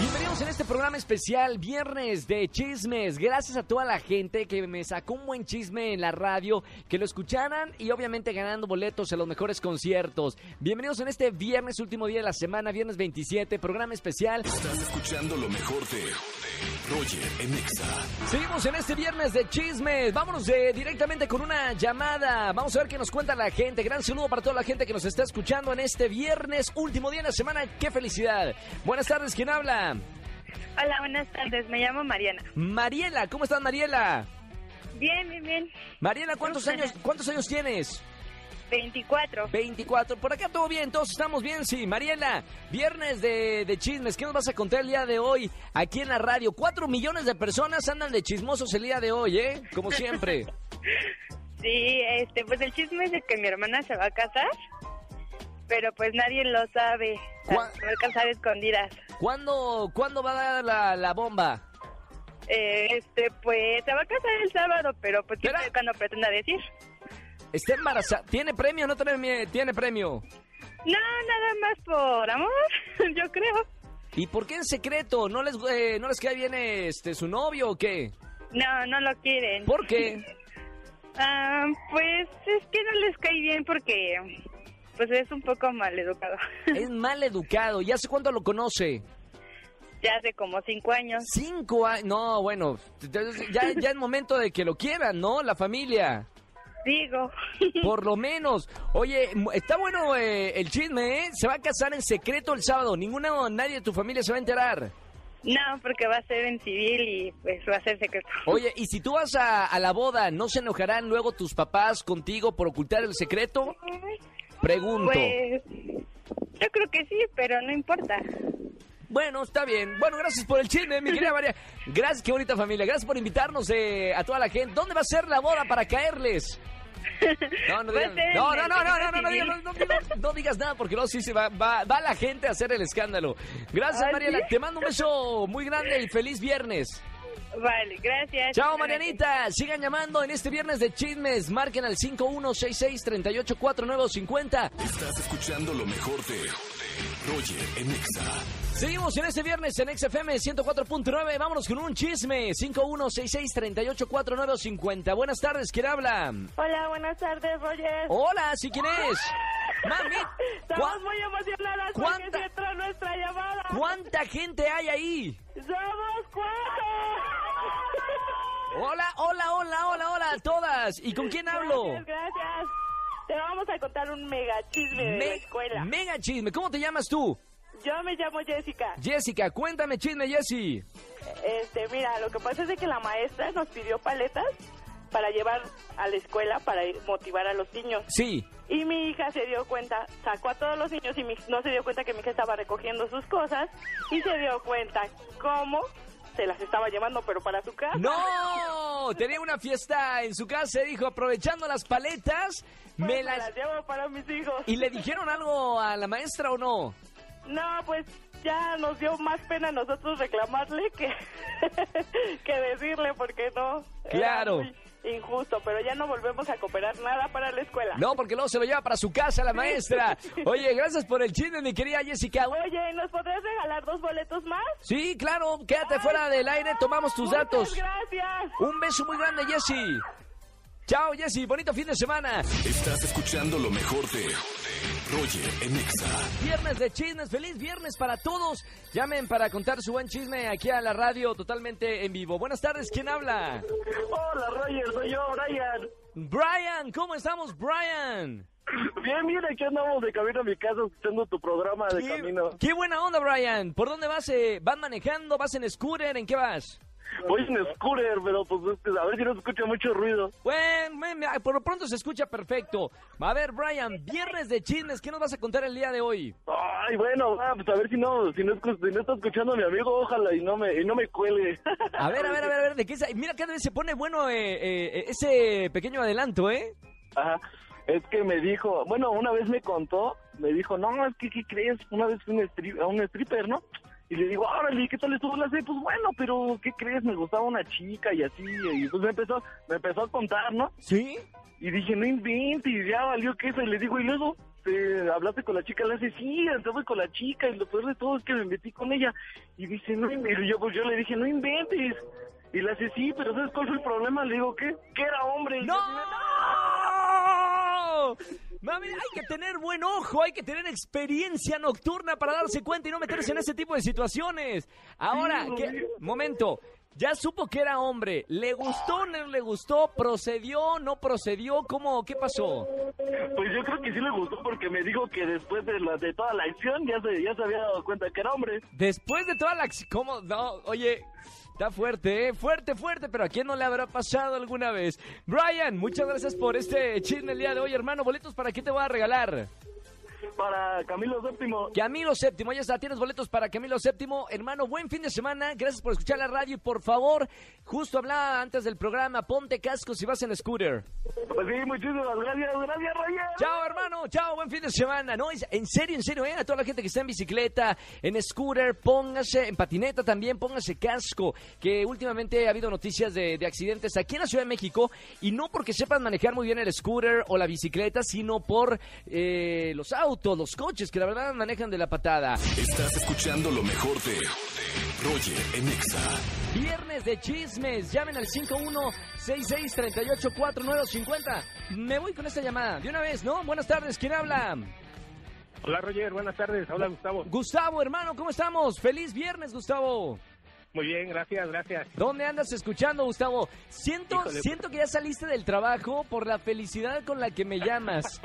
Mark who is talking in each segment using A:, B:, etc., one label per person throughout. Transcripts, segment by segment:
A: Bienvenidos en este programa especial, viernes de chismes. Gracias a toda la gente que me sacó un buen chisme en la radio, que lo escucharan y obviamente ganando boletos a los mejores conciertos. Bienvenidos en este viernes, último día de la semana, viernes 27, programa especial.
B: Estás escuchando lo mejor de Roger en Exa.
A: Seguimos en este viernes de chismes. Vámonos eh, directamente con una llamada. Vamos a ver qué nos cuenta la gente. Gran saludo para toda la gente que nos está escuchando en este viernes, último día de la semana. ¡Qué felicidad! Buenas tardes, ¿quién habla?
C: Hola, buenas tardes. Me llamo Mariana.
A: Mariela, ¿cómo estás, Mariela?
C: Bien, bien, bien.
A: Mariela, ¿cuántos años, cuántos años tienes?
C: 24.
A: 24. Por acá todo bien, todos estamos bien, sí. Mariela, viernes de, de chismes, ¿qué nos vas a contar el día de hoy aquí en la radio? Cuatro millones de personas andan de chismosos el día de hoy, ¿eh? Como siempre.
C: Sí, este, pues el chisme es de que mi hermana se va a casar, pero pues nadie lo sabe. O sea,
A: ¿Cuá-
C: Se va a casar a escondidas.
A: ¿Cuándo, ¿cuándo va a dar la, la bomba?
C: Eh, este, pues se va a casar el sábado, pero pues quién
A: Espera.
C: sabe cuándo pretenda decir.
A: ¿Está embarazada? ¿Tiene premio o no tiene, tiene premio?
C: No, nada más por amor, yo creo.
A: ¿Y por qué en secreto? ¿No les, eh, no les cae bien este su novio o qué?
C: No, no lo quieren.
A: ¿Por qué?
C: Ah, pues es que no les cae bien porque pues es un poco maleducado.
A: Es mal educado. ¿Y hace cuánto lo conoce?
C: ya hace como cinco años.
A: Cinco años. No, bueno, entonces ya, ya es momento de que lo quieran, ¿no? La familia.
C: Digo.
A: Por lo menos. Oye, mu- está bueno eh, el chisme, ¿eh? Se va a casar en secreto el sábado. Ninguna, nadie de tu familia se va a enterar.
C: No, porque va a ser en civil y pues va a ser secreto.
A: Oye, ¿y si tú vas a, a la boda, no se enojarán luego tus papás contigo por ocultar el secreto? Pregunto.
C: Pues yo creo que sí, pero no importa.
A: Bueno, está bien. Bueno, gracias por el chisme, mi querida María. Gracias, qué bonita familia. Gracias por invitarnos eh, a toda la gente. ¿Dónde va a ser la boda para caerles? No, no
C: Va a
A: digas,
C: ser
A: no,
C: en
A: no,
C: el
A: no, no, no,
C: Centro
A: no, digas- no,
C: Civil.
A: no digas- no digas nada porque no, sí se va, va, va la gente a hacer el escándalo. Gracias,
C: ¿Ah, sí?
A: Mariela. Te mando un beso muy grande y feliz viernes.
C: Vale, gracias.
A: Chao, Marianita. Sigan llamando en este viernes de chismes. Marquen al 5166-384950.
B: Estás escuchando lo mejor de Roger en Exa.
A: Seguimos en este viernes en XFM 104.9. Vámonos con un chisme. 5166384950. Buenas tardes, ¿quién habla?
D: Hola, buenas tardes, Roger.
A: Hola, ¿sí quién es? Oh, Mami,
D: Estamos
A: ¿cuá-
D: muy emocionadas
A: cuánta-
D: porque se entró nuestra llamada.
A: ¿cuánta gente hay ahí?
D: ¡Somos cuatro!
A: Hola, hola, hola, hola, hola a todas. ¿Y con quién hablo?
D: Gracias, gracias. Te vamos a contar un mega chisme de la
A: Me-
D: escuela.
A: mega chisme. ¿Cómo te llamas tú?
D: Yo me llamo Jessica.
A: Jessica, cuéntame chisme, Jessy.
D: Este, mira, lo que pasa es de que la maestra nos pidió paletas para llevar a la escuela para ir- motivar a los niños.
A: Sí.
D: Y mi hija se dio cuenta, sacó a todos los niños y mi- no se dio cuenta que mi hija estaba recogiendo sus cosas y se dio cuenta cómo se las estaba llevando, pero para su casa.
A: ¡No! Tenía una fiesta en su casa y dijo, aprovechando las paletas,
D: Pues
A: me las...
D: llevo para mis hijos.
A: ¿Y le dijeron algo a la maestra o no?
D: No, pues ya nos dio más pena a nosotros reclamarle que, que decirle, porque no. era
A: Claro.
D: muy Injusto, pero ya no volvemos a cooperar nada para la escuela.
A: No, porque luego se lo lleva para su casa la maestra. Oye, gracias por el chisme, mi querida Jessica.
D: Oye, ¿nos podrías regalar dos boletos más?
A: Sí, claro, quédate fuera del aire, tomamos tus
D: Muchas
A: datos.
D: Gracias.
A: Un beso muy grande, Jessy. Chao, Jessy, bonito fin de semana.
B: Estás escuchando lo mejor de Roger en Exa.
A: Viernes de chismes, feliz viernes para todos. Llamen para contar su buen chisme aquí a la radio totalmente en vivo. Buenas tardes, ¿quién habla?
E: Hola, Roger, soy yo, Brian.
A: Brian, ¿cómo estamos, Brian?
E: Bien, bien, aquí andamos de camino a mi casa escuchando tu programa de
A: Qué,
E: camino.
A: qué buena onda, Brian. ¿Por dónde vas? eh? ¿Vas manejando? ¿Vas en scooter? ¿En qué vas?
E: Voy en scooter, pero pues es que a ver si no se escucha mucho ruido.
A: Bueno, me- me- por lo pronto se escucha perfecto. A ver, Brian, viernes de chismes, ¿qué nos vas a contar el día de hoy?
E: Ay, bueno, va, pues a ver si no, si no, escu- si no está escuchando a mi amigo, ojalá y no me, y no me cuele.
A: A ver, a ver, a ver, a ver, ¿de qué se- Mira, cada vez se pone bueno eh, eh, ese pequeño adelanto, ¿eh?
E: Ajá. Es que me dijo, bueno, una vez me contó, me dijo, no, es que, ¿qué crees? Una vez fui a un stri- a un stripper, ¿no? Y le digo, órale, ¿qué tal estuvo la serie? Pues bueno, pero ¿qué crees? Me gustaba una chica y así, y pues me empezó, me empezó a contar, ¿no?
A: ¿Sí?
E: Y dije, no inventes, ya valió que eso. Y le digo, y luego, te ¿hablaste con la chica? Le dice, sí, andaba con la chica. Y lo peor de todo es que me metí con ella. Y dice, no inventes. Y yo, pues yo le dije, no inventes. Y le dice, sí, pero ¿sabes cuál fue el problema? Le digo, ¿qué? Que era hombre. Y yo,
A: ¡No! Mami, hay que tener buen ojo, hay que tener experiencia nocturna para darse cuenta y no meterse en ese tipo de situaciones. Ahora,
E: Sí,
A: ¿qué?
E: sí.
A: momento, ya supo que era hombre, ¿le gustó, no le gustó, procedió, no procedió, cómo, qué pasó?
E: Pues yo creo que sí le gustó porque me dijo que después de la de toda la acción ya se, ya se había dado cuenta que era hombre.
A: Después de toda la... acc- ¿Cómo? No, oye, está fuerte, ¿eh? Fuerte, fuerte, pero ¿a quién no le habrá pasado alguna vez? Brian, muchas gracias por este chisme el día de hoy, hermano. Boletos, ¿para qué te voy a regalar?
E: Para Camilo VII.
A: Camilo Séptimo, ya está, tienes boletos para Camilo Séptimo. Hermano, buen fin de semana. Gracias por escuchar la radio y por favor, justo hablaba antes del programa, ponte casco si vas en scooter.
E: Pues sí, muchísimas gracias, gracias, Ryan.
A: Chao, hermano, chao, buen fin de semana. No, es- en serio, en serio, eh, a toda la gente que está en bicicleta, en scooter, póngase, en patineta también, póngase casco, que últimamente ha habido noticias de, de accidentes aquí en la Ciudad de México, y no porque sepan manejar muy bien el scooter o la bicicleta, sino por eh, los autos, los coches, que la verdad manejan de la patada.
B: Estás escuchando lo mejor de Roger en Exa.
A: Viernes de chismes. Llamen al 5166384950. Me voy con esta llamada. De una vez, ¿no? Buenas tardes. ¿Quién habla?
F: Hola Roger, buenas tardes, habla Gustavo.
A: Gustavo, hermano, ¿cómo estamos? Feliz viernes, Gustavo.
F: Muy bien, gracias, gracias.
A: ¿Dónde andas escuchando, Gustavo? Siento,
F: Híjole.
A: siento que ya saliste del trabajo por la felicidad con la que me llamas.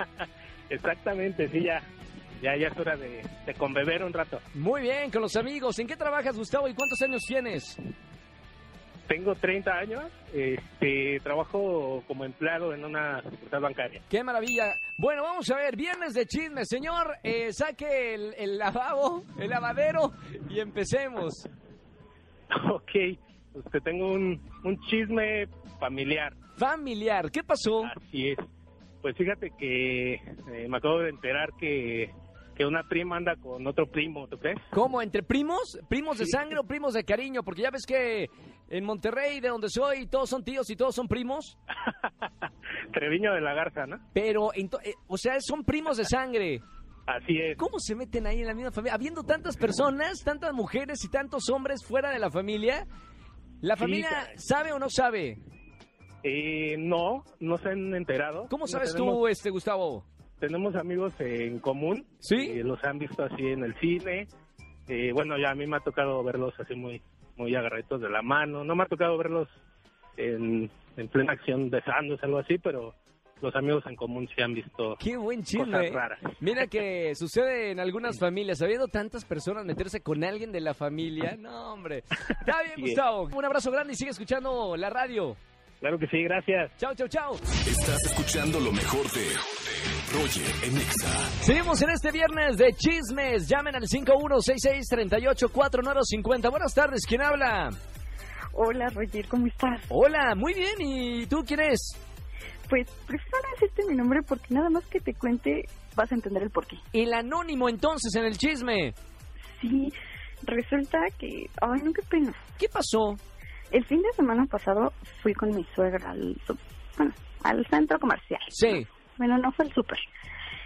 F: Exactamente, sí, ya, ya, ya es hora de, de conbeber un rato.
A: Muy bien, con los amigos. ¿En qué trabajas, Gustavo? ¿Y cuántos años tienes?
F: Tengo 30 años, este, trabajo como empleado en una sucursal bancaria.
A: ¡Qué maravilla! Bueno, vamos a ver, viernes de chisme, señor. eh, saque el, el lavabo, el lavadero y empecemos.
F: Ok, pues te tengo un, un chisme familiar,
A: Familiar, ¿qué pasó?
F: así es. Pues fíjate que eh, me acabo de enterar que, que una prima anda con otro primo, ¿tú crees?
A: ¿Cómo? ¿Entre primos? ¿Primos de
F: Sí.
A: sangre o primos de cariño? Porque ya ves que en Monterrey, de donde soy, todos son tíos y todos son primos.
F: Treviño de la Garza, ¿no?
A: Pero, ento- eh, o sea, son primos de sangre.
F: Así es.
A: ¿Cómo se meten ahí en la misma familia? Habiendo tantas personas, tantas mujeres y tantos hombres fuera de la familia, ¿la
F: Sí,
A: familia
F: caray.
A: sabe o no sabe?
F: Eh, no, no se han enterado.
A: ¿Cómo
F: No
A: sabes
F: tenemos-
A: tú, este Gustavo?
F: tenemos amigos en común.
A: ¿Sí?
F: Eh, los han visto así en el cine. Eh, bueno, ya a mí me ha tocado verlos así muy, muy agarraditos de la mano. No me ha tocado verlos en, en plena acción besándose, algo así, pero los amigos en común sí han visto
A: Qué buen chisme.
F: cosas
A: ¿eh?
F: raras.
A: Mira que sucede en algunas familias, habiendo tantas personas meterse con alguien de la familia. No, hombre. Está bien,
F: Así es.
A: Gustavo. Un abrazo grande y sigue escuchando la radio.
F: Claro que sí, gracias.
A: Chao, chao, chao.
B: Estás escuchando lo mejor de Roger en Exa.
A: Seguimos en este viernes de chismes. Llamen al 5166384950. Buenas tardes, ¿quién habla?
G: Hola Roger, ¿cómo estás?
A: Hola, muy bien. ¿Y tú quién es?
G: Pues prefiero no decirte mi nombre porque nada más que te cuente vas a entender el porqué.
A: El anónimo entonces en el chisme.
G: Sí, resulta que, ay no, qué pena.
A: ¿Qué pasó?
G: El fin de semana pasado fui con mi suegra al, su- bueno, al centro comercial.
A: Sí.
G: Bueno, no fue al súper.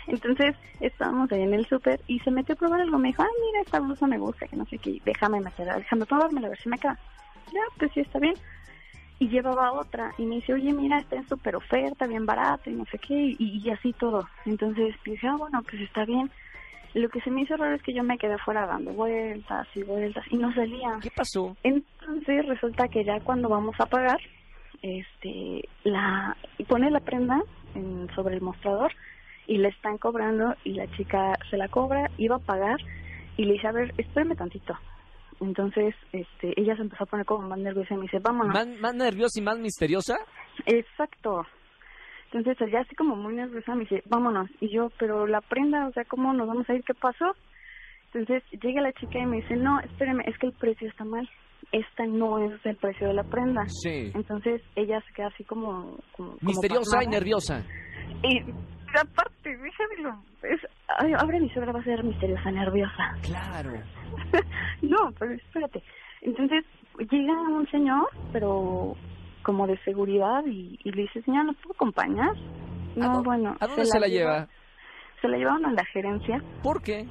G: Entonces estábamos ahí en el súper y se metió a probar algo. Me dijo, ay, mira, esta blusa me gusta, que no sé qué, déjame meterla, déjame probármela, a ver si me queda. Ya, pues sí, está bien. Y llevaba otra y me dice, oye, mira, está en súper oferta, bien barato y no sé qué, y, y así todo. Entonces dije, ah, bueno, pues está bien. Lo que se me hizo raro es que yo me quedé afuera dando vueltas y vueltas y no salía.
A: ¿Qué pasó?
G: Entonces resulta que ya cuando vamos a pagar, este, la pone la prenda en- sobre el mostrador y la están cobrando y la chica se la cobra, iba a pagar y le dice, a ver, espérame tantito. Entonces, este, ella se empezó a poner como más nerviosa y me dice, vámonos.
A: ¿Más, más nerviosa y más misteriosa?
G: Exacto. Entonces allá así como muy nerviosa me dice, vámonos. Y yo, pero la prenda, o sea, ¿cómo nos vamos a ir? ¿Qué pasó? Entonces llega la chica y me dice, no, espérame, es que el precio está mal. Esta no es el precio de la prenda.
A: Sí.
G: Entonces ella se queda así como... como- como
A: Misteriosa y
G: pasmada.
A: nerviosa.
G: Y aparte, déjamelo. Es, ay, ahora mi suegra va a ser misteriosa, nerviosa.
A: Claro.
G: no, pero espérate. Entonces llega un señor, pero como de seguridad, y, y le dice, señora, ¿nos puedo acompañar?
A: ¿A
G: No,
A: dó-
G: bueno.
A: ¿A dónde se la lleva?
G: Se la llevaron a la gerencia
A: ¿Por qué?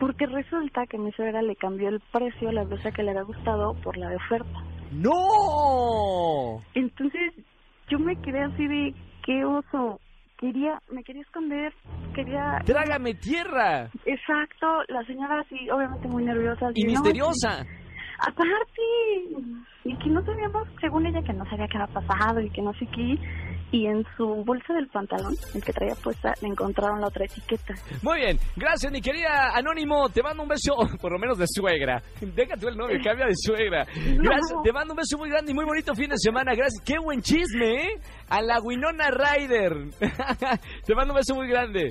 G: porque resulta que mi suegra le cambió el precio a la blusa que le había gustado por la de oferta.
A: ¡No!
G: Entonces yo me quedé así de, qué oso. Quería, me quería esconder, quería...
A: ¡Trágame tierra!
G: Exacto, la señora sí, obviamente muy nerviosa. así,
A: Y
G: "No,
A: misteriosa.
G: Aparte, y que no sabíamos, según ella, que no sabía qué había pasado y que no sé qué. Y en su bolsa del pantalón, el que traía puesta, le encontraron la otra etiqueta.
A: Muy bien, gracias mi querida Anónimo, te mando un beso, por lo menos de suegra. Déjate el novio, cambia de suegra. Gracias, te mando un beso muy grande y muy bonito fin de semana, gracias. Qué buen chisme, ¿eh? A la Winona Ryder. te mando un beso muy grande.